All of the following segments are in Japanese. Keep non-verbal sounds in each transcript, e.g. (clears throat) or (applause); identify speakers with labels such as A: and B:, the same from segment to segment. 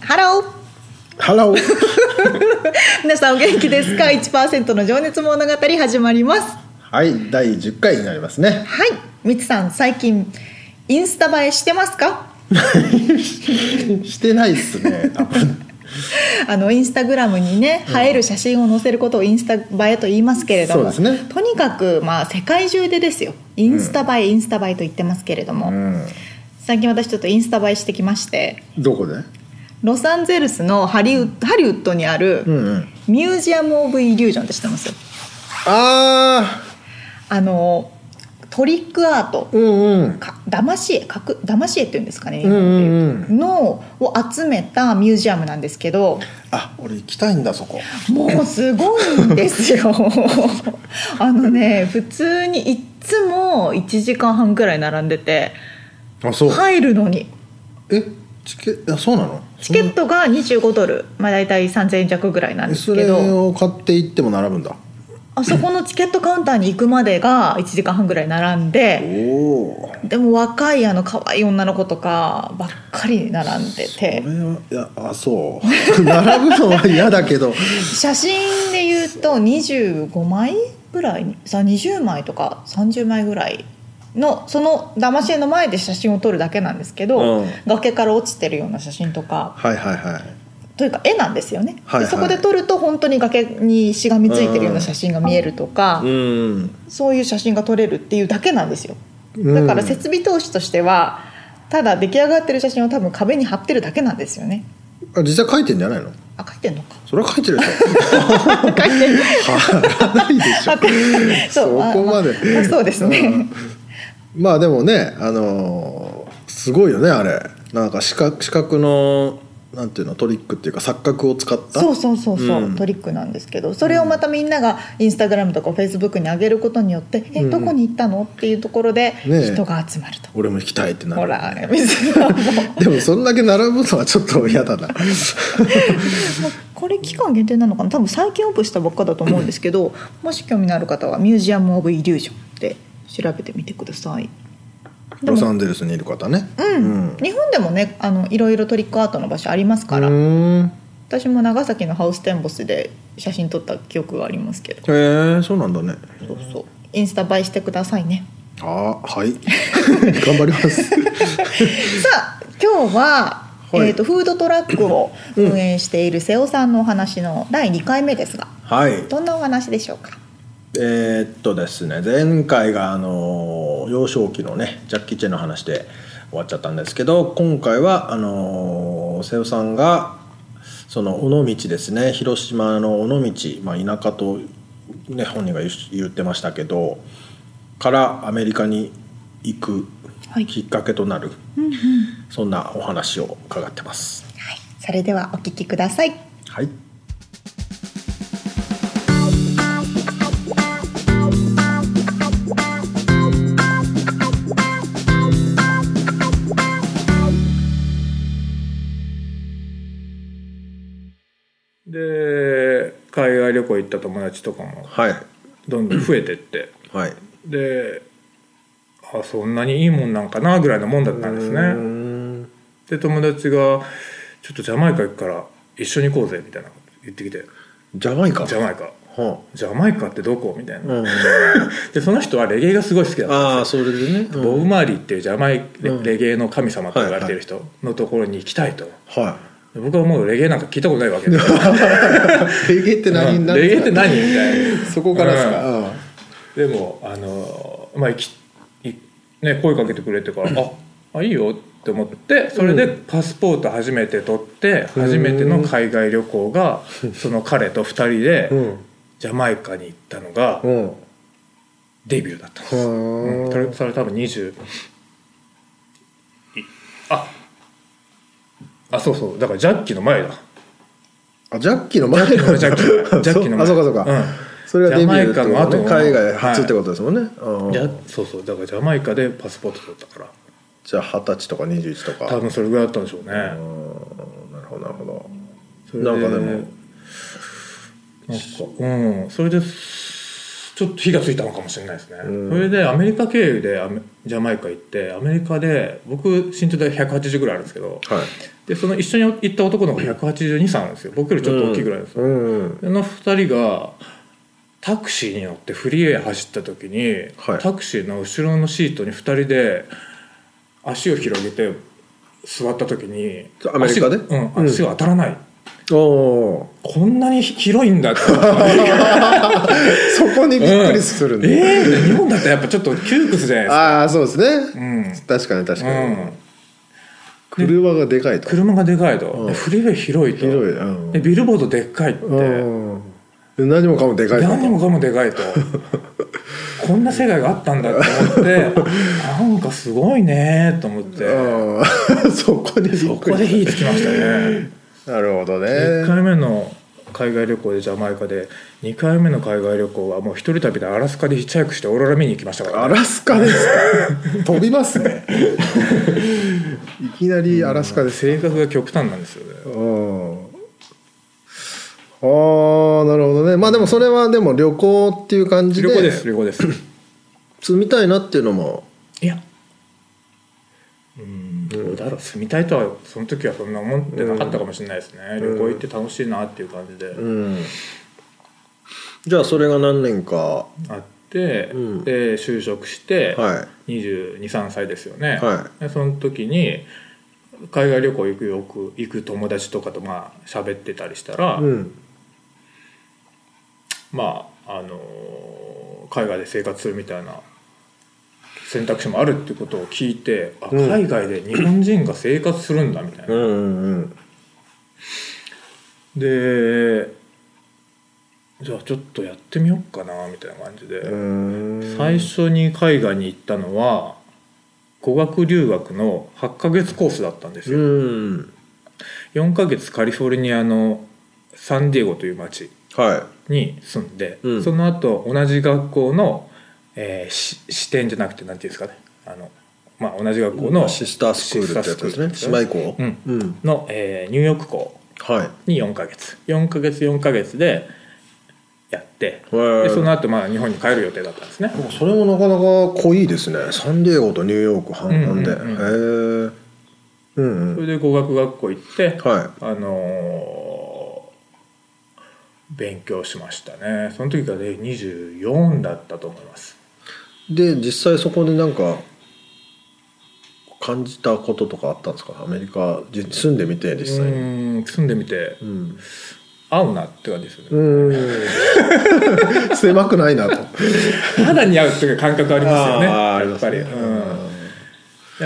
A: ハロー
B: ハロー。
A: 皆さんお元気ですか1%の情熱物語始まります
B: はい、第10回になりますね。
A: はいみつさん最近インスタ映えしてますか
B: してないっすね。多分
A: あのインスタグラムにね映える写真を載せることをインスタ映えと言いますけれども、
B: そうですね
A: とにかく、まあ、世界中でですよインスタ映え、インスタ映えと言ってますけれども、
B: うん。
A: 最近私ちょっとインスタ映えしてきまして
B: どこで？
A: ロサンゼルスのハリウッハリウッドにあ
B: うん
A: る
B: うん。
A: ミュージアム・オブ・イリュージョンって知ってますよ
B: あ
A: あのトリックアート
B: あ、うんうん。
A: か騙し絵かく騙し絵っていうんですかね、
B: うんうんうん。
A: のを集めたミュージアムなんですけど
B: あ、俺行きたいんだそこ。
A: もうすごいんですよ (laughs) あのね普通にいっつも1時間半くらい並んでて
B: あ、そう。
A: 入るのに
B: え、チケ、あ、そうなの？
A: チケットが25ドル、まあ、大体3000円弱ぐらいなん
B: え
A: です
B: そ
A: け
B: れ
A: ど
B: を買って行っても並ぶんだ。
A: あそこのチケットカウンターに行くまでが1時間半ぐらい並ん
B: お
A: で
B: お。
A: でも若いあの可愛い女の子とかばっかり並んでて
B: これはいやあそう。 (laughs) 並ぶのは嫌だけど。
A: 写真で言うと25枚ぐらいにさ20枚とか30枚ぐらいのその騙し絵の前で写真を撮るだけなんですけど、
B: うん
A: 崖から落ちてるような写真とか
B: はいはいはい。
A: というか絵なんですよね、で
B: はいはい
A: そこで撮ると本当に崖にしがみついてるような写真が見えるとか、
B: うん。
A: そういう写真が撮れるっていうだけなんですよだから設備投資としてはただ出来上がってる写真を多分壁に貼ってるだけなんですよね
B: あ実際書いてんじゃないの？
A: あ書いてんの
B: (laughs)
A: か
B: それは書いてるでしょ。
A: 書いてん (laughs) の
B: 貼らないでしょ
A: あで
B: (laughs) そ
A: そう
B: こまで
A: ああそうですね
B: んまあでもねあのーすごいよねあれなんか視覚視覚のなんていうのトリックっていうか錯覚を使った
A: そうそうそうそう、
B: うん
A: トリックなんですけどそれをまたみんながインスタグラムとかフェイスブックに上げることによって、えどこに行ったのっていうところで
B: ねえ
A: 人が集まると、
B: 俺も行きたいってなる
A: ほら水がもう
B: でもそんだけ並ぶのはちょっと嫌だな
A: これ期間限定なのかな多分最近オープンしたばっかだと思うんですけどもし興味のある方は「ミュージアム・オブ・イリュージョン」で調べてみてください。で
B: ロサ
A: も
B: ンゼルスにいる方ね
A: うん日本でもねあのいろいろトリックアートの場所ありますから、
B: うんへ
A: 私も長崎のハウステンボスで写真撮った記憶がありますけど
B: えそうなんだね
A: そうそうインスタ映えしてくださいね。
B: あー
A: (laughs)
B: はい頑張ります
A: さあ今日は、
B: はい
A: えー、とフードトラックを運営している瀬尾さんのお話の第2回目ですが
B: はい
A: どんなお話でしょうか
B: えーっとですね前回があの幼少期のねジャッキー・チェンの話で終わっちゃったんですけど今回はあの瀬尾さんがその尾道ですね広島の尾道、まあ、田舎と、ね、本人が言う言ってましたけどからアメリカに行く
A: はい
B: きっかけとなる、そんなお話を伺ってます。
A: はいそれではお聞きください
B: はい
C: で海外旅行行った友達とかも
B: はい
C: どんどん増えてって
B: はい
C: であそんなにいいもんなんかなぐらいのもんだったんです
B: うーん
C: ねで友達が「ちょっとジャマイカ行くから一緒に行こうぜ」みたいなこと言ってきて
B: ジャマイカ
C: 「ジャマイカ
B: は
C: ジャマイカってどこ?」みたい
B: あ
C: な、
B: うん
C: (laughs) でその人はレゲエがすごい好きだった
B: ああそれでね、うん
C: ボブ・マーリーっていうジャマイレ
B: うん
C: レゲエの神様と言われてる人のところに行きたいと
B: は
C: で僕はもうレゲエなんか聞いたことないわけで
B: (laughs) い。レゲエって
C: う
B: 何？
C: ん
B: 何 (laughs)
C: レゲエって何みたいな
B: そこからですか。
C: でもあのまあいきいね声かけてくれてからああいいよって思ってそれでパスポート初めて取って
B: うん
C: 初めての海外旅行がその彼と2人
B: う
C: で
B: ん
C: ジャマイカに行ったのが
B: うん
C: デビューだったんです
B: うん
C: それそれ多分20いああそうそうだからジャッキの
B: (laughs)
C: 前だ
B: あジャッキーの前なんだ
C: ジャッキの前ジャッキの
B: (laughs)
C: 前
B: あそうかそうか、
C: うん
B: それがデビューって
C: ジャマイカの後の
B: 海外初ってことですもんね、うん
C: ジャそうそうだからジャマイカでパスポート取ったから
B: じゃあ二十歳とか二十一とか
C: 多分それぐらいだったんでしょうね
B: うんなるほどなるほど
C: それで
B: なんかでも
C: なんかうんそれでちょっと火がついたのかもしれないですね、
B: うん
C: それでアメリカ経由でアメジャマイカ行ってアメリカで僕身長で180ぐらいあるんですけど
B: はい
C: でその一緒に行った男の子182歳なんですよ僕よりちょっと大きいぐらいなんですよ、
B: うんうん
C: その2人がタクシーに乗ってフリーエア走った時に、
B: はい
C: タクシーの後ろのシートに2人で足を広げて座った時に
B: アメリカで
C: 足が,、
B: う
C: うんん、足が当たらない、
B: おお
C: こんなに広いんだって思って
B: そこにびっくりするんだ、
C: えー、日本だったらやっぱちょっと窮屈じゃないですか
B: ああそうですね、
C: うん
B: 確かに確かに、
C: うん
B: 車がでかいと
C: 車がでかいと、
B: うん
C: でフリーウェイ広いと
B: 広い、うん
C: でビルボードでっかいって、
B: うんで何もかもでかいと
C: 何もかもでかいとこんな世界があったんだって
B: (laughs)
C: 思ってなんかすごいねと思って
B: うん (laughs) そこにびっくり
C: そこで火つきましたね
B: なるほど
C: 1
B: ね
C: 回目の海外旅行でジャマイカで2回目の海外旅行はもう一人旅でアラスカでヒッチハイクしてオーロラ見に行きましたから
B: ア
C: ね
B: ラスカです
C: (laughs)
B: か飛びますねいきなりアラスカです
C: 性格が極端なんですよね
B: うんあーなるほどねまあでもそれはでも旅行っていう感じで
C: 旅行です旅行です
B: 住みたいなっていうのも
C: いやうんどうだろう住みたいとはその時はそんな思ってなかったかもしれないですね、旅行行って楽しいなっていう感じで、
B: うんじゃあそれが何年か
C: あって、
B: うん
C: で就職して、
B: は
C: 223歳ですよ
B: い
C: ね、
B: は
C: でその時に海外旅行行くよく行く友達とかとまあ喋ってたりしたら、
B: いうん
C: まああのー海外で生活するみたいな選択肢もあるってことを聞いて、あ
B: うん
C: 海外で日本人が生活するんだみたいな
B: う、んうん
C: でじゃあちょっとやってみようかなみたいな感じで、
B: うんうん
C: 最初に海外に行ったのは語学留学の8ヶ月コースだったんです
B: う
C: よ、
B: ん
C: 4ヶ月カリフォルニアのサンディエゴという町
B: は
C: に住んで、
B: うん
C: その後同じ学校の、えーし支店じゃなくてなんていうんですかねあの、まあ、同じ学校
B: い
C: の
B: シスタースクールってやつ
C: シ
B: です
C: スタ
B: ね
C: ー
B: 姉
C: スクール
B: 妹校
C: うん
B: うん
C: の、えーニューヨーク校
B: はい
C: に4ヶ月4ヶ月4ヶ月でやって
B: へ
C: で
B: え
C: その後まあ日本に帰る予定だったんですね
B: でもそれもなかなか濃いですねサンディエゴとニューヨーク半々で、
C: うんうん
B: へえうん
C: そ
B: うん
C: れで語学学校行って、
B: は
C: あのー勉強しましたねその時がね24だったと思います
B: いで実際そこでなんか感じたこととかあったんですかアメリカじ住んでみて実際
C: う
B: に
C: ーん住んでみて
B: うん、
C: 合うなって感じですよね、
B: うん、
C: (laughs)
B: 狭くないなと
C: 肌に合うっていう感覚ありますよね
B: あーあり
C: や
B: ま
C: っ
B: す
C: ぱ
B: ね
C: り、うん、や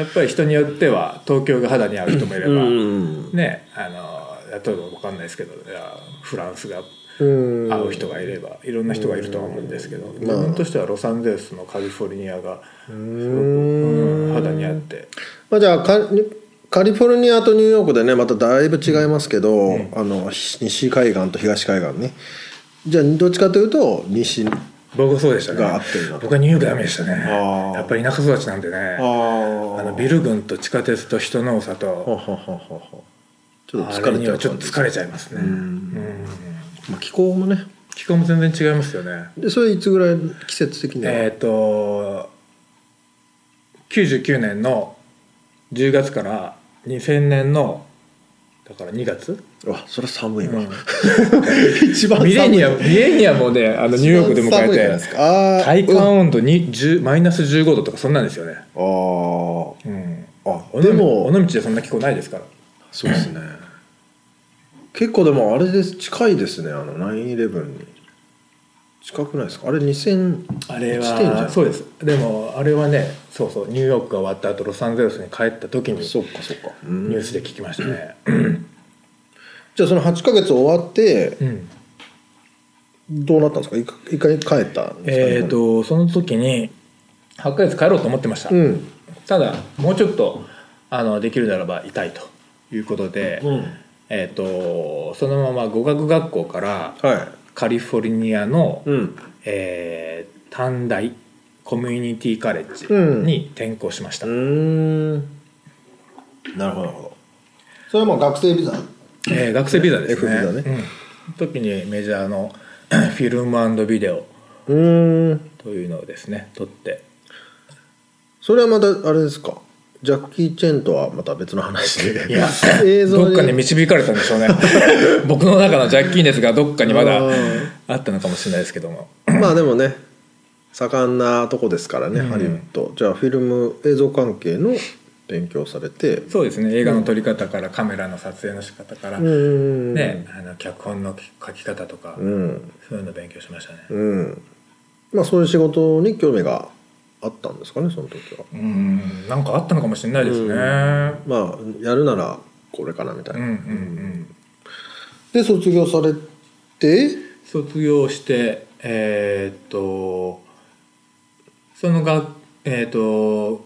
C: っぱり人によっては東京が肌に合う人もいれば、
B: うん
C: ねあのー例えば分かんないですけどいやフランスが
B: うん
C: 合う人がいればいろんな人がいるとは思うんですけど、自
B: ま
C: 分
B: あ
C: としてはロサンゼルスのカリフォルニアが
B: う
C: うん
B: ん
C: 肌に合って
B: まあ、じゃあカリカリフォルニアとニューヨークでねまただいぶ違いますけど、
C: ん
B: あのひ西海岸と東海岸ねじゃあどっちかというと西
C: 僕はそうでしたね
B: が合ってるなと
C: 僕はニューヨークダメでしたね
B: あー
C: やっぱり田舎育ちなんでねあ
B: あ
C: のビル群と地下鉄と人の多さ
B: は
C: と
B: ははははちょっと
C: あ
B: 疲
C: れ
B: れ
C: に
B: ちゃ
C: は
B: う
C: ちょっと疲れちゃいますね
B: うん
C: うん
B: まあ、気候もね
C: 気候も全然違いますよね
B: でそれいつぐらい季節的には、
C: えっ、と99年の10月から2000年のだから2月、
B: あそれは寒いわ、
C: うん
B: (laughs) 一番寒い
C: ミレニアムミレニアムをねあのニューヨークで迎
B: 一番寒いじゃない
C: え
B: です
C: て
B: かあー
C: 体感温度に10マイナス15度とかそんなんですよね、
B: うん
C: うん、
B: あーあでも
C: 尾道でそんな気候ないですから
B: そうですね結構でもあれです近いですねあの9-11に近くないですかあれ2000
C: あれ
B: 来てんじゃ
C: は
B: ん
C: そうですでもあれはねそうそうニューヨークが終わった後ロサンゼルスに帰った時にニュ
B: っかそっか、
C: ースで聞きましたね
B: じゃあその8ヶ月終わって
C: うん
B: どうなったんですか一回一回帰ったんですか
C: えっ、とその時に8ヶ月帰ろうと思ってました、
B: うん
C: ただもうちょっとあのできるならばいたいということで、
B: うん
C: えっ、とそのまま語学学校から
B: は
C: カリフォルニアの、
B: いうん
C: えー短大コミュニティカレッジ
B: うん
C: に転校しました、
B: うーんなるほどなるほどそれはもう学生ビザ
C: えー学生ビザですね
B: F ビザ
C: うん時にメジャーの (coughs) フィルムビデオ
B: うーん
C: というのをですね撮って
B: それはまたあれですかジャッキー・チェンとはまた別の話で
C: いや
B: (laughs) 映像
C: どっ
B: で
C: かに導かれたんで
B: (laughs)
C: しょうね僕の中のジャッキーですがどっかにまだ
B: あ
C: あったのかもしれないですけども
B: (clears throat) まあでもね盛んなとこですからね、
C: うん
B: ハリウッドじゃあフィルム映像関係の勉強されてう
C: そうですね映画の撮り方からカメラの撮影の仕方から、
B: ーん
C: ねあの脚本の書き方とか、
B: うん
C: そういうの勉強しましたね、
B: うんまあそういう仕事に興味があったんですかねその時は
C: うんなんかあったのかもしれないですね、
B: う
C: うんん、うん
B: まあやるならこれかなみたいな、
C: うんうん
B: で卒業されて
C: 卒業してえーっとそのがえーっと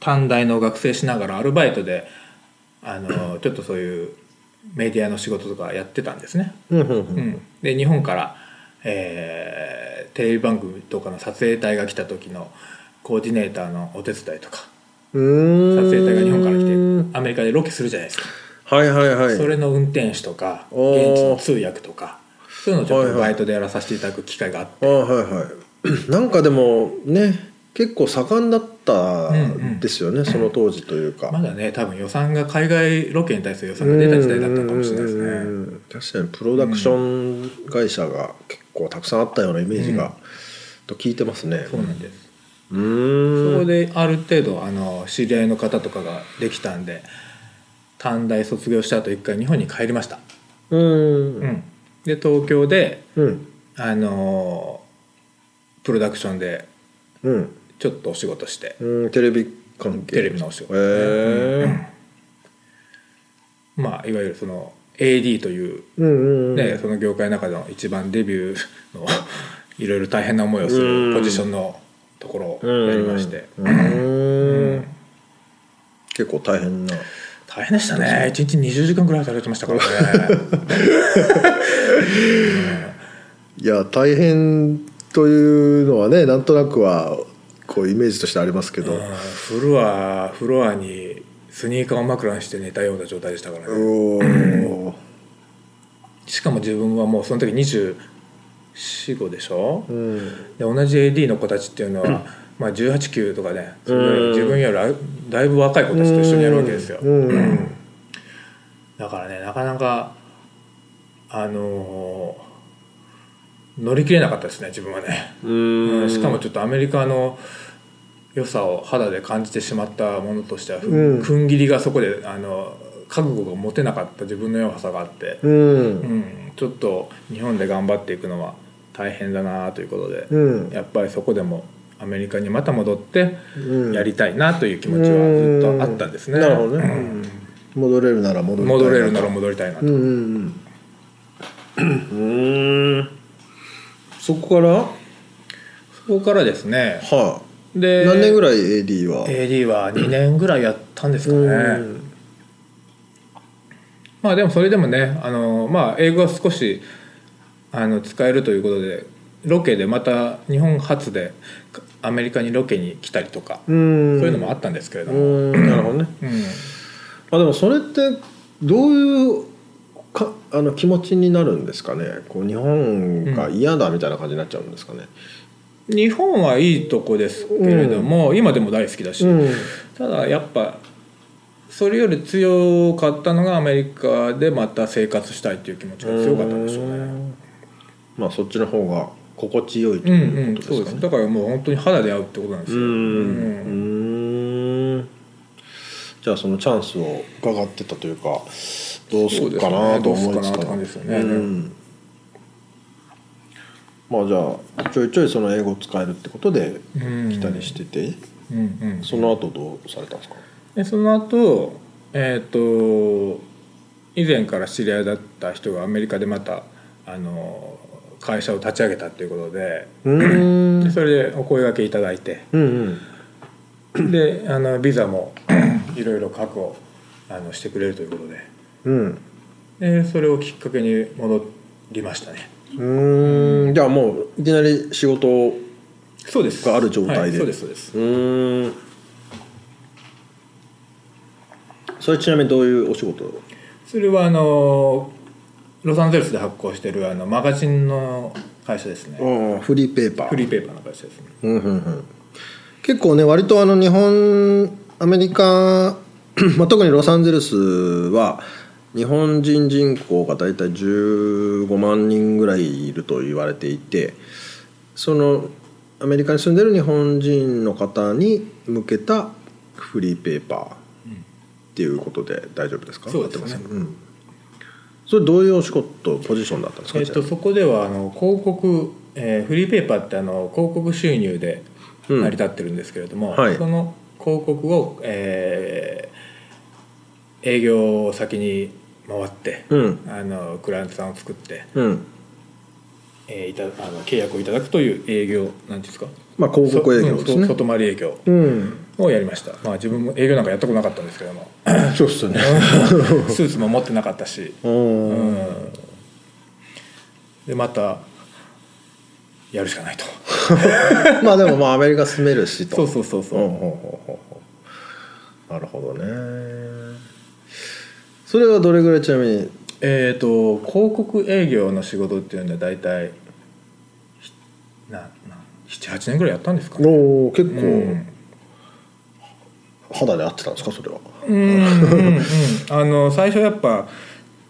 C: 短大の学生しながらアルバイトであのちょっとそういうメディアの仕事とかやってたんですね、
B: うんうん
C: う
B: うん
C: ん、で日本から、えーテレビ番組とかの撮影隊が来た時のコーディネーターのお手伝いとか
B: うーん
C: 撮影隊が日本から来てアメリカでロケするじゃないですか、
B: はいはいはい
C: それの運転手とか
B: おー
C: 現地の通訳とかそういうのをちょ
B: はい
C: っと
B: はい
C: バイトでやらさせていただく機会があって、
B: あはいはい (clears throat) なんかでもね結構盛んだったですよね、その当時というか、
C: まだね多分予算が海外ロケに対する予算が出た時代だったのかもしれないですね、
B: ね確かにプロダクション会社が結構たくさんあったようなイメージが、
C: うん
B: と聞いてますね
C: そうなんです、
B: うーん
C: そこである程度あの知り合いの方とかができたんで短大卒業した後一回日本に帰りました、
B: う
C: うんん、で東京で
B: うん
C: あのプロダクションで
B: うん、
C: ちょっとお仕事して
B: うん、テレビ関係
C: テレビのお仕事
B: へえ
C: まあいわゆるその AD という
B: うんうんうん
C: ね、その業界の中での一番デビューの (laughs) いろいろ大変な思いをす
B: うん
C: るポジションのところをやりまして、
B: うんうん
C: うん
B: 結構大変な
C: 大変でしたね一日20時間ぐらい働いてましたからね (laughs)
B: いや大変というのはねなんとなくはこうイメージとしてありますけど、
C: うんフロアフロアにスニーカーを枕にして寝たような状態でしたからね
B: おー
C: しかも自分はもうその時245でしょ、
B: うん
C: で同じ AD の子たちっていうのは、まあ、189とかねそれより
B: うん
C: 自分よりあだいぶ若い子たちと一緒にやるわけですよ、
B: うん
C: うんだからねなかなかあのー乗り切れなかったですね自分はね、うんしかもちょっとアメリカの良さを肌で感じてしまったものとしてはふ
B: うん
C: ん踏ん切りがそこであの覚悟が持てなかった自分の弱さがあって、
B: うん
C: うん、ちょっと日本で頑張っていくのは大変だなということで、
B: うん
C: やっぱりそこでもアメリカにまた戻って
B: うん
C: やりたいなという気持ちはずっとあったんですね。
B: なるほどね、戻れるなら戻り
C: うん
B: たい
C: 戻れるなら戻りたい
B: う
C: なと。
B: んうんうんうんそこからは
C: そこからですね。
B: あ
C: で、
B: 何年ぐ
C: ら
B: らい AD は、
C: AD は2年ぐらいやったんですか
B: う
C: ね。
B: ん
C: まあでもそれでもね、あのまあ英語は少しあの使えるということで、ロケでまた日本初でアメリカにロケに来たりとか、
B: うん
C: そういうのもあったんですけれど
B: う
C: も。
B: んなるほどね
C: うん
B: あでもそれってどういうかあの気持ちになるんですかねこう日本が嫌だみたいな感じになっちゃうんですかね、
C: 日本はいいとこですけれども、今でも大好きだし、
B: うん
C: ただやっぱそれより強かったのがアメリカでまた生活したいっていう気持ちが強かったんでしょうね。
B: まあそっちの方が心地よいと
C: うん、
B: いううんこと
C: そう
B: で
C: ですす
B: かね
C: だからもう本当に肌で会うってことなんです
B: う
C: よ、
B: ん
C: うん
B: うんじゃあそのチャンスを伺ってたというかどうするか
C: そうです
B: な
C: ね
B: と思い
C: どうすっかなって感じですよね
B: うんまあじゃあちょいちょいその英語を使えるってことで来
C: 来
B: たりしてて、
C: うんうん
B: その後どうされたんですか
C: でその後えっ、と以前から知り合いだった人がアメリカでまたあの会社を立ち上げたっていうことで
B: うんうん
C: でそれでお声がけいただいて
B: うん
C: であのビザも (clears throat) いろいろ確保あのしてくれるということで
B: うん
C: でそれをきっかけに戻りましたね
B: うんじゃあもういきなり仕事を
C: そうです
B: がある状態で
C: はいそうですそうです
B: うんそれちなみにどういうお仕事
C: それはあのロサンゼルスで発行してるあのマガジンの会社ですね
B: ああフリーペーパー
C: フリーペーパーの会社ですね
B: うんうんうん、結構ね割とあの日本アメリカ、 (clears throat) まあ、特にロサンゼルスは日本人人口が大体15万人ぐらいいると言われていてそのアメリカに住んでる日本人の方に向けたフリーペーパーっていうことで大丈夫ですか
C: そうですね
B: 合ってますようん、それどういうお仕事ポジションだったんですか、
C: えっと、そこではあの広告、えーフリーペーパーってあの広告収入で
B: うん
C: 成り立ってるんですけれども、
B: はい
C: その広告を、えー営業先に回って、
B: うん
C: あのクライアントさんを作って、
B: うん
C: えーいたあの契約をいただくという営業なんていうんですか
B: まあ広告営業です
C: そうん
B: ね
C: 外回り営業
B: うん
C: をやりました、まあ、自分も営業なんかやったことなかったんですけど
B: (laughs)
C: も
B: そうっすよね
C: スーツも持ってなかったし
B: うん
C: うんでまたやるしかないと
B: まあでもまあアメリカ住めるしと
C: そうそうそうそう、
B: うんうんうんうんうんなるほどねそれはどれぐらいちなみに
C: えっ、と広告営業の仕事っていうのは大体ひなな78年ぐらいやったんですかね
B: おー結
C: う
B: 構
C: ん
B: 肌で合ってたんですかそれは
C: うんうん (laughs) うんあの最初やっぱ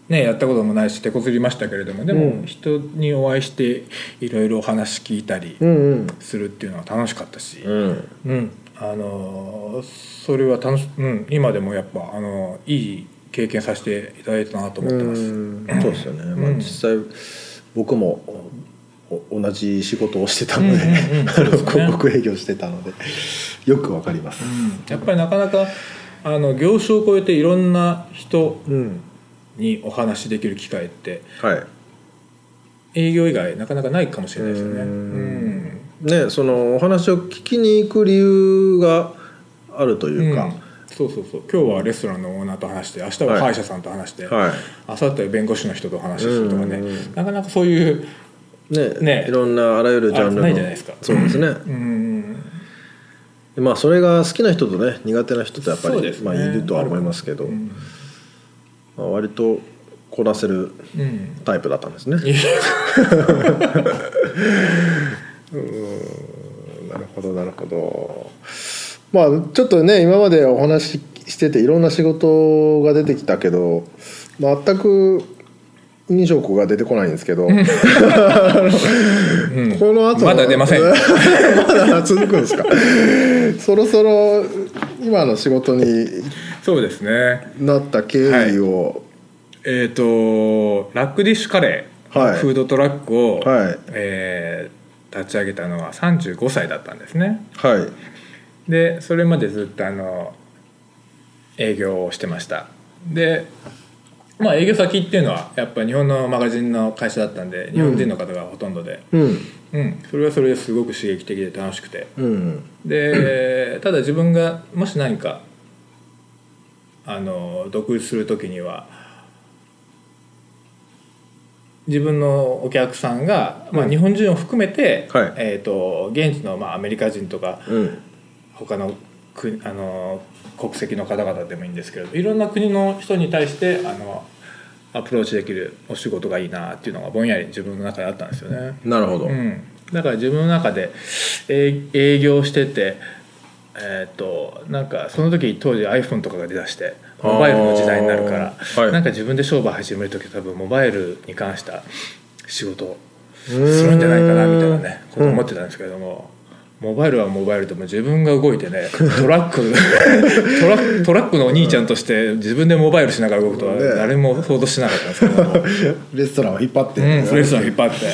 C: ねやったこともないし手こずりましたけれどもで
B: う
C: も
B: ん
C: 人にお会いしていろいろお話聞いたり
B: うんうん
C: するっていうのは楽しかったし、
B: うん
C: うん、あのーそれは楽し、うん、今でもやっぱあのーいい経験させていただいたなと思ってます。
B: うんそうですよね、まあ、
C: うん
B: 実際僕もお同じ仕事をしてたので
C: うんうんうんそうですよね
B: (laughs) 広告営業してたのでよくわかります
C: うんやっぱりなかなかあの業種を超えていろんな人
B: うん
C: にお話しできる機会って
B: はい
C: 営業以外なかなかないかもしれないですよね。
B: う
C: うんん
B: ねそのお話を聞きに行く理由があるというか、
C: そうそうそう今日はレストランのオーナーと話して明日
B: は
C: はい歯医者さんと話して、
B: は
C: 明後日は弁護士の人とお話しするとかね、
B: うんうんうん
C: なかなかそういう、
B: いね
C: ね
B: いろんなあらゆるジャンルの
C: あないじゃないですか
B: そうですね、
C: うん、
B: でまあそれが好きな人とね苦手な人とやっぱり、
C: そうですね
B: まあ、いるとは思いますけど、
C: うん
B: まあ、割とこなせる
C: うん
B: タイプだったんですね、
C: いや
B: なるほどなるほどまあちょっとね今までお話ししてていろんな仕事が出てきたけど全く二色が出 (laughs) てこないんですけど、
C: うん
B: この後
C: まだ出ませ
B: (laughs)
C: ん
B: まだ続くんですかそろそろ今の仕事に
C: そうですね
B: なった経緯を
C: えっ、とラックディッシュカレー、
B: はい
C: フードトラックを、
B: はい
C: えー立ち上げたのは35歳だったんですね
B: はい、
C: でそれまでずっとあの営業をしてましたでまあ営業先っていうのはやっぱ日本のマガジンの会社だったんで日本人の方がほとんどで、
B: うん
C: うん、それはそれですごく刺激的で楽しくて
B: うん (clears throat)
C: でただ自分がもし何かあの独立する時には自分のお客さんが、まあ、日本人を含めて、
B: はい
C: えー、と現地の、まあ、アメリカ人とか
B: うん
C: 他の国あの国籍の方々でもいいんですけれどいろんな国の人に対してあのアプローチできるお仕事がいいなっていうのがぼんやり自分の中であったんですよね。
B: なるほど、 (laughs)
C: うん、だから自分の中でえー営業しててえっ、となんかその時当時 iPhone とかが出だして
B: あー
C: モバイルの時代になるから、
B: はい
C: なんか自分で商売始める時多分モバイルに関した仕事を
B: す
C: するんじゃないかなみたいなねことを思ってたんですけれども。モバイルはモバイルでも自分が動いてねトラック (laughs) トラックトラックのお兄ちゃんとして自分でモバイルしながら動くとは
B: ね
C: 誰も想像しなかったんですけども
B: レストランを引っ張って、
C: うん、レストラン引っ張って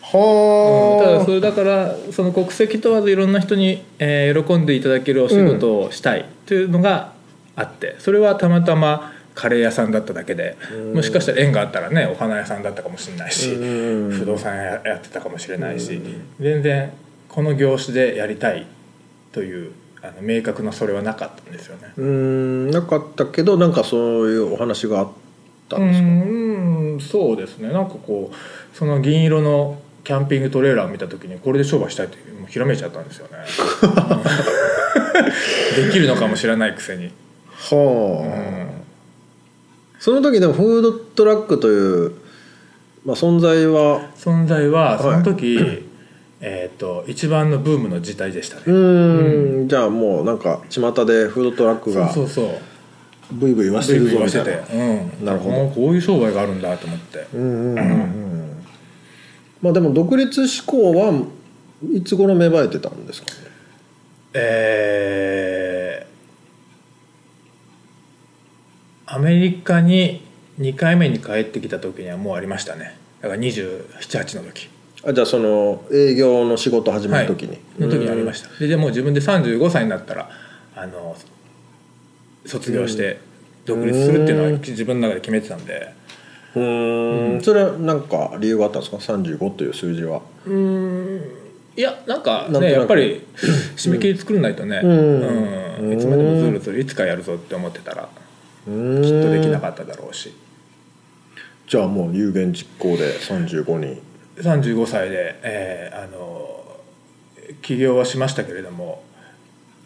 B: はあ、
C: ただそれだからその国籍問わずいろんな人に、えー喜んでいただけるお仕事をしたいというのがあってそれはたまたまカレー屋さんだっただけでもしかしたら縁があったらねお花屋さんだったかもしれないし
B: うん
C: 不動産屋やってたかもしれないし全然この業種でやりたいというあの明確なそれはなかったんですよね。
B: うーんなかったけどなんかそういうお話があった
C: うん
B: ですか、
C: んうんそうですねなんかこうその銀色のキャンピングトレーラーを見た時にこれで商売したいってもうひらめいちゃったんですよねうんできるのかもしれないくせに、うん
B: はあ、その時でもフードトラックという、まあ、存在は
C: 存在はそ
B: はい
C: の時、えっと一番のブームの時代でしたね
B: うーんじゃあもうなんか巷でフードトラックが
C: そうそうそう
B: ブイブイ言わせ
C: ブ
B: て
C: イ
B: る
C: ブイ
B: ぞ
C: 言わ
B: み
C: せ
B: たい
C: て
B: な
C: う
B: なる
C: ん
B: ほど
C: もうこういう商売があるんだと思って
B: うんうんうんうんまあでも独立志向はいつ頃芽生えてたんですかね
C: えーアメリカに2回目に帰ってきた時にはもうありましたねだから278の時
B: あじゃあその営業の仕事始める時に、
C: の時にありま
B: し
C: したででもう自分で35歳になったらあの卒業して独立するっていうのは自分の中で決めてたんで
B: たうんそれはなんか理由があったんですか35という数字は
C: うーんいやなんか
B: なんとな
C: ね
B: く
C: やっぱ
B: (laughs)
C: り締め切り作らないとね、
B: うん
C: うんいつまでもずるずるいつかやるぞって思ってたら
B: きっ
C: きっと
B: と
C: できな
B: った
C: かっただろうし。
B: じゃあもう有言実行で35人
C: 35歳で、えーあの起業はしましたけれども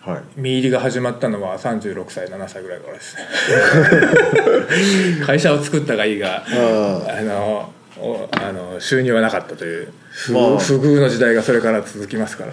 B: はい
C: 身入りが始まったのは36歳7歳ぐらいか
B: (laughs)
C: らですね会社を作ったがいいが
B: あ
C: あのおあの収入はなかったという不,、
B: まあ
C: 不遇の時代がそれから続きますから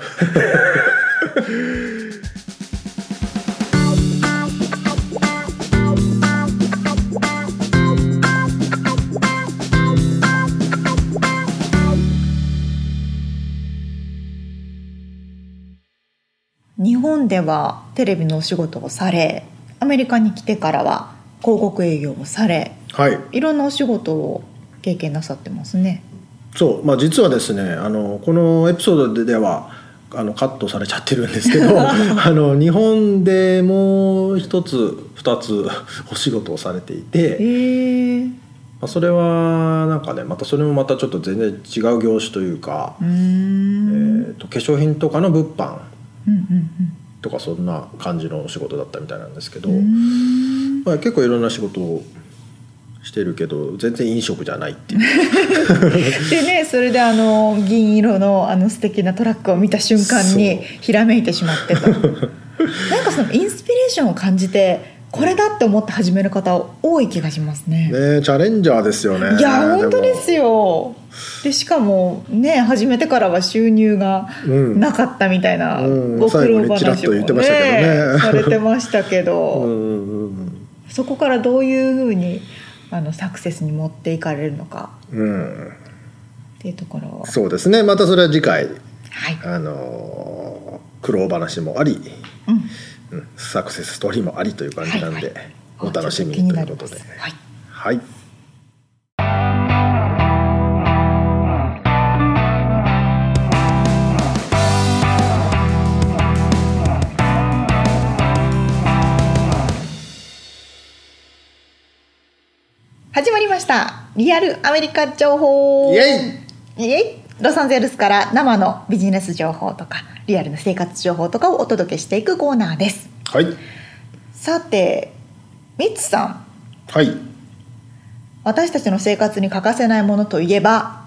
A: 日本ではテレビのお仕事をされアメリカに来てからは広告営業をされ
B: はい
A: いろんなお仕事を経験なさってますね
B: そうまあ実はですねあのこのエピソードではあのカットされちゃってるんですけ (laughs) どあの日本でもう一つ二つお仕事をされてい
A: へえ
B: て、
A: ー、
B: まあ、それはなんかねまたそれもまたちょっと全然違う業種というか、
A: うーん、
B: えー、と化粧品とかの物販
A: うんうん
B: とかそんな感じのお仕事だったみたいなんですけど、
A: うんうーん
B: まあ、結構いろんな仕事をしてるけど全然飲食じゃないっていう (laughs)
A: でねそれであの銀色のあの素敵なトラックを見た瞬間にひらめいてしまって
B: (laughs)
A: となんかそのインスピレーションを感じてこれだって思って始める方多い気がしますね
B: ねえチャレンジャーですよね
A: いや本当です
B: よ
A: よでしかもね始めてからは収入が
B: うん
A: なかったみたいな
B: うん
A: ご苦労
B: 最後にちらっ
A: 話
B: と
A: を
B: 言
A: ね
B: ってましたけどね
A: されてましたけ
B: (laughs) うん
A: ど
B: うん
A: そこからどういうふうにあのサクセスに持っていかれるのか
B: うんうん
A: っていうところを
B: そうですねまたそれは次回
A: はい、
B: あのー苦労話もあり、
A: うん、
B: うん、サクセスストーリーもありという感じなんで、
A: はいはい
B: お楽しみ
A: ちょっ
B: に
A: 気
B: とい
A: な
B: う
A: り
B: こ
A: ま
B: と
A: す
B: で
A: はい
B: はい
A: 始まりましたリアルアメリカ情報
B: イエ
A: イエイロサンゼルスから生のビジネス情報とかリアルな生活情報とかをお届けしていくコーナーです
B: はい
A: さてミッツさん
B: はい
A: 私たちの生活に欠かせないものといえば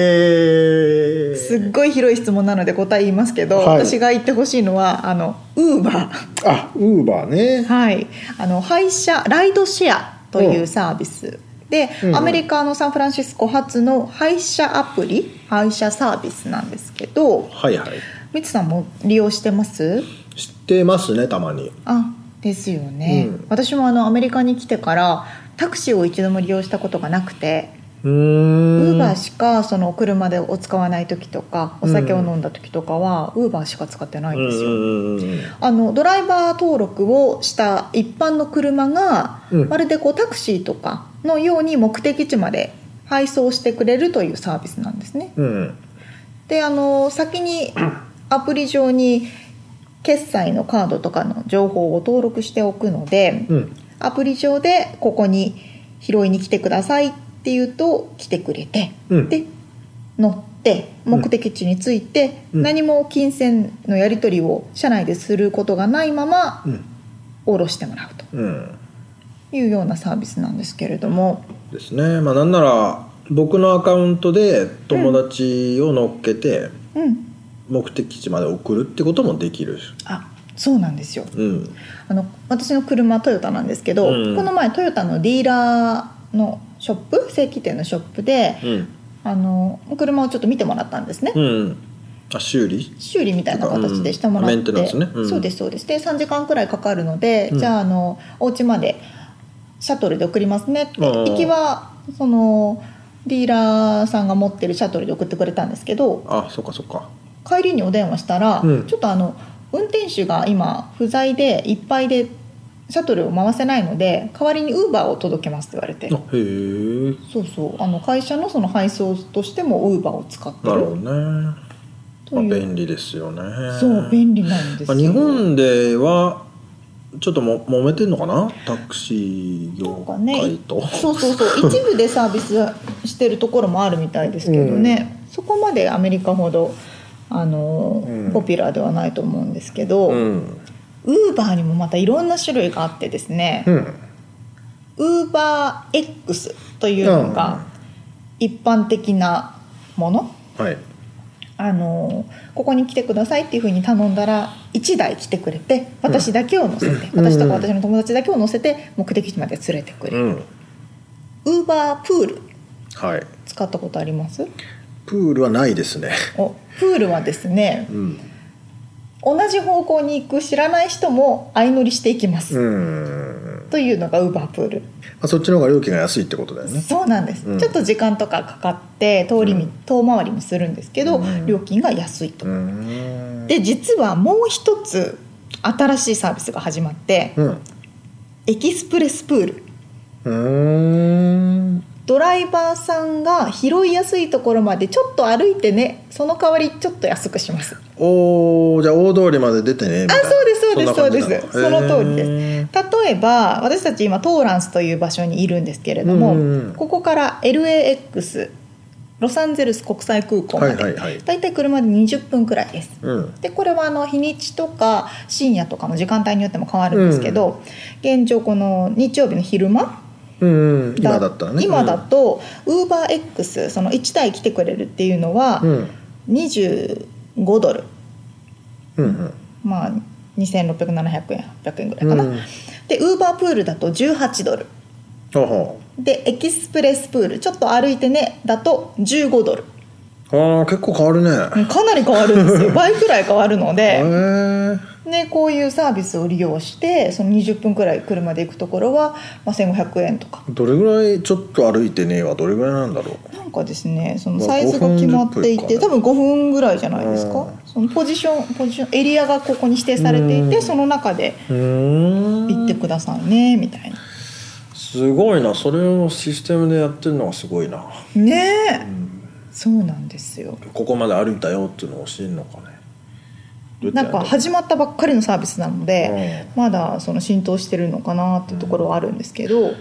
B: え
A: すっごい広い質問なので答え言いますけど、
B: はい
A: 私が言ってほしいのはあのウーバ
B: ー、あウーバー
A: ー
B: ね
A: はいあの配車ライドシェアというサービスで、
B: うんうん
A: アメリカのサンフランシスコ発の配車アプリ配車サービスなんですけど
B: はいはい
A: みつさんも利用してます
B: 知ってますねたまに
A: あですよね、
B: うん
A: 私もあのアメリカに来てからタクシーを一度も利用したことがなくて
B: う
A: ウ
B: ー
A: ー
B: ん
A: バーしかその車でお使わない時とかお酒を飲んだ時とかはウーバーしか使ってないんですよ、
B: うんうんうんうん
A: あのドライバー登録をした一般の車が
B: うん
A: まるでこうタクシーとかのように目的地まで配送してくれるというサービスなんですね。
B: うん
A: であの先にアプリ上に決済のカードとかの情報を登録しておくので
B: うん
A: アプリ上でここに拾いに来てくださいって言うと来てくれて、
B: うん
A: で乗って目的地に着いて、
B: うん
A: 何も金銭のやり取りを車内ですることがないまま
B: うん
A: 降ろしてもらうと
B: うん
A: いうようなサービスなんですけれども
B: ですねまあなんなら僕のアカウントで友達を乗っけて
A: うん
B: 目的地まで送るってこともできるし
A: あそうなんですよ
B: うん
A: あの私の車トヨタなんですけど、
B: うん
A: この前トヨタのディーラーのショップ正規店のショップで
B: うん
A: あの車をちょっと見てもらったんですね、
B: うんあ修理
A: 修理みたいな形でしてもらって、
B: うんメンテナンスねうん
A: そうですそうですで3時間くらいかかるので、
B: うん
A: じゃああのお家までシャトルで送りますねって
B: あー
A: 行きはそのディーラーさんが持ってるシャトルで送ってくれたんですけど
B: あそっかそっか
A: 帰りにお電話したら、
B: うん
A: ちょっとあの運転手が今不在でいっぱいでシャトルを回せないので代わりにウーバーを届けますって言われて
B: あへえ
A: そうそうあの会社のその配送としてもウーバーを使って
B: なる
A: る
B: ほどね、
A: と
B: まあ、
A: いう
B: 便利ですよね
A: そう便利なんです
B: ま
A: よ
B: あ、日本ではちょっとも揉めてんのかなタクシー業界と、
A: そうそう
B: (laughs)
A: そう一部でサービスしてるところもあるみたいですけどね、そこまでアメリカほどあの、
B: うん
A: ポピュラーではないと思うんですけど、
B: うん
A: ウーバーにもまたいろんな種類があってですね、
B: うん
A: ウーバー X というのが一般的なもの、
B: はい
A: あのここに来てくださいっていうふうに頼んだら1台来てくれて私だけを乗せて、
B: うん
A: 私とか私の友達だけを乗せて目的地まで連れてくれる、
B: うん
A: ウーバープール
B: はい
A: 使ったことあります
B: プールはないですね
A: おプールはですね
B: うん
A: 同じ方向に行く知らない人も相乗りしていきます、
B: うん
A: というのがウーバープール
B: まあ、そっちの方が料金が安いってことだよね
A: そうなんです、
B: うん
A: ちょっと時間とかかかって通りみ、
B: うん
A: 遠回りもするんですけど、
B: うん
A: 料金が安いと、
B: うん
A: で実はもう一つ新しいサービスが始まって、
B: うん
A: エキスプレスプール
B: うん
A: ドライバーさんが拾いやすいところまでちょっと歩いてねその代わりちょっと安くします
B: おーじゃあ大通りまで出てねみたいな
A: あそうですそうです
B: んな感じなの
A: そうですその通りです
B: へー
A: 例えば私たち今トーランスという場所にいるんですけれども、
B: うんうん
A: ここから LAX ロサンゼルス国際空港まで、
B: はいはいはい
A: だいたい車で20分くらいです
B: うん
A: でこれはあの日にちとか深夜とかの時間帯によっても変わるんですけど、現状この日曜日の昼間
B: うんうん、今だったらね
A: 今だと UberX その1台来てくれるっていうのは
B: うん
A: 25ドル
B: うんうん
A: まあ2600700円800円ぐらいかな、
B: うん
A: で Uber プールだと18ドル
B: ほうほ
A: でエキスプレスプールちょっと歩いてねだと15ドル
B: うあー結構変わるね
A: うんかなり変わるんです
B: (laughs)
A: よ倍くらい変わるの
B: へ
A: で、
B: ー
A: ね、こういうサービスを利用してその20分くらい車で行くところは、まあ、1500円とか
B: どれぐらいちょっと歩いてねえはどれぐらいなんだろ
A: なんかですねその
B: まあ
A: サイズが決まっていて
B: 5分10分か
A: 多分5分ぐらいじゃないですか
B: う
A: そのポジションポジションエリアがここに指定されていて
B: うん
A: その中で
B: ううん
A: 行ってくださいねみたいな
B: すごいなそれをシステムでやってるのがすごいな、
A: ねえそうなんですよ
B: ここまで歩いたよっていうのを教えるのかねどう
A: な
B: やっ
A: ん
B: てや
A: か
B: る
A: 始まったばっかりのサービスなので
B: う
A: まだその浸透してるのかなってところはあるんですけど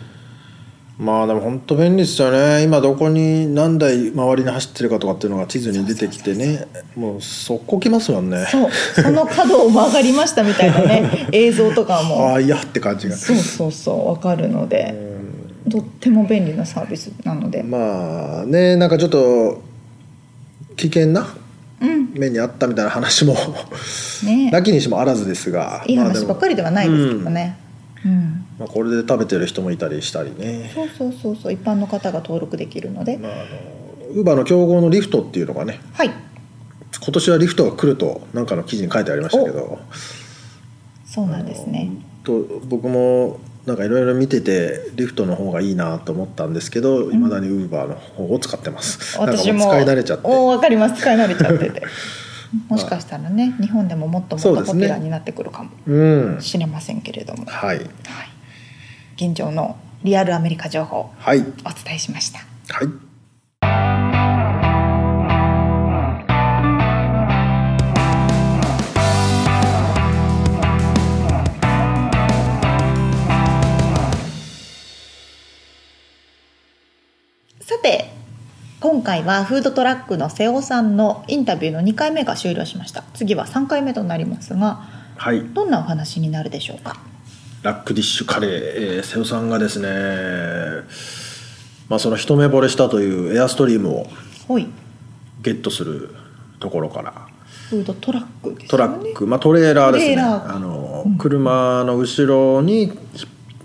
B: まあでも本当便利ですよね今どこに何台周りに走ってるかとかっていうのが地図に出てきてねもう速攻来ますもんね
A: そうその角を曲がりましたみたいなね
B: (laughs)
A: 映像とか
B: あ
A: も
B: あいやって感じが
A: そうそうそう分かるのでとっても便利なサービスなので
B: まあねなんかちょっと危険な
A: うん
B: 目にあったみたいな話も
A: ね
B: なきにしもあらずですが
A: いい話ばっか
B: り、
A: りではないですけどね、うん
B: まあ、これで食べてる人もいたりしたりね
A: そうそうそうそう一般の方が登録できるので、
B: まああのウーバーの競合のリフトっていうのがね
A: はい
B: 今年はリフトが来るとなんかの記事に書いてありましたけど
A: そうなんですね
B: と僕もなんかいろいろ見ててリフトの方がいいなと思ったんですけどいま、未だにウーバーの方を使ってますなんか
A: 私
B: も
A: も
B: う使い慣れちゃって
A: お分かります使い慣れちゃって
B: (laughs)
A: てもしかしたらね日本でももっともっと
B: そうです
A: ポ
B: ね
A: ピュラーになってくるかも
B: うん
A: しれませんけれども、
B: はい
A: はい、現状のリアルアメリカ情報
B: はい
A: お伝えしました
B: はい
A: さて今回はフードトラックの瀬尾さんのインタビューの2回目が終了しました次は3回目となりますが
B: はい
A: どんなお話になるでしょうか
B: ラックディッシュカレー、えー瀬尾さんがですね、まあ、その一目惚れしたというエアストリームを
A: ほい
B: ゲットするところから
A: フードトラックですよね
B: トラック、まあ、トレーラーです
A: トレー
B: ね
A: ラー
B: あの、車の後ろに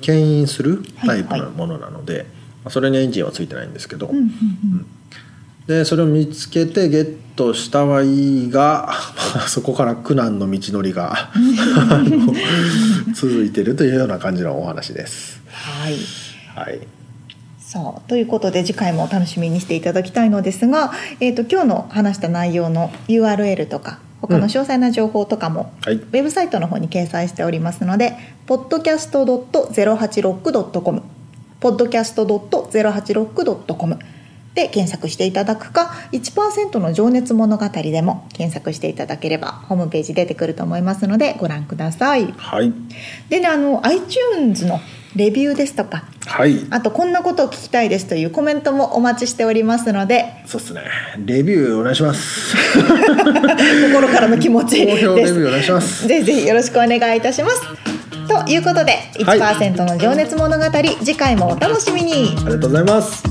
B: 牽引するタイプのものなので、まあそれにエンジンはついてないんですけど、
A: うんうんうん
B: でそれを見つけてゲットしたはいいが、 (laughs) まあ、そこから苦難の道の
A: (laughs)
B: りがあの続いてるというような感じのお話です。
A: はい
B: はい
A: そうということで次回もお楽しみにしていただきたいのですが、えー、と今日の話した内容の URL とか他の詳細な情報とかも、
B: はい
A: ウェブサイトの方に掲載しておりますので podcast.086.com podcast.086.com で検索していただくか1%の情熱物語でも検索していただければホームページ出てくると思いますのでご覧ください
B: はい
A: でねあの iTunes のレビューですとか
B: はい
A: あとこんなことを聞きたいですというコメントもお待ちしておりますの
B: (laughs)
A: で
B: そうですね。レビューお願いし
A: (laughs)
B: ます。
A: 心からの気持ち
B: 好
A: です (laughs)
B: 評レビューお願いします。
A: ぜひぜひよろしくお願いいたしますということで
B: はい
A: 1%の情熱物語、次回もお楽しみに
B: ありがとうございます。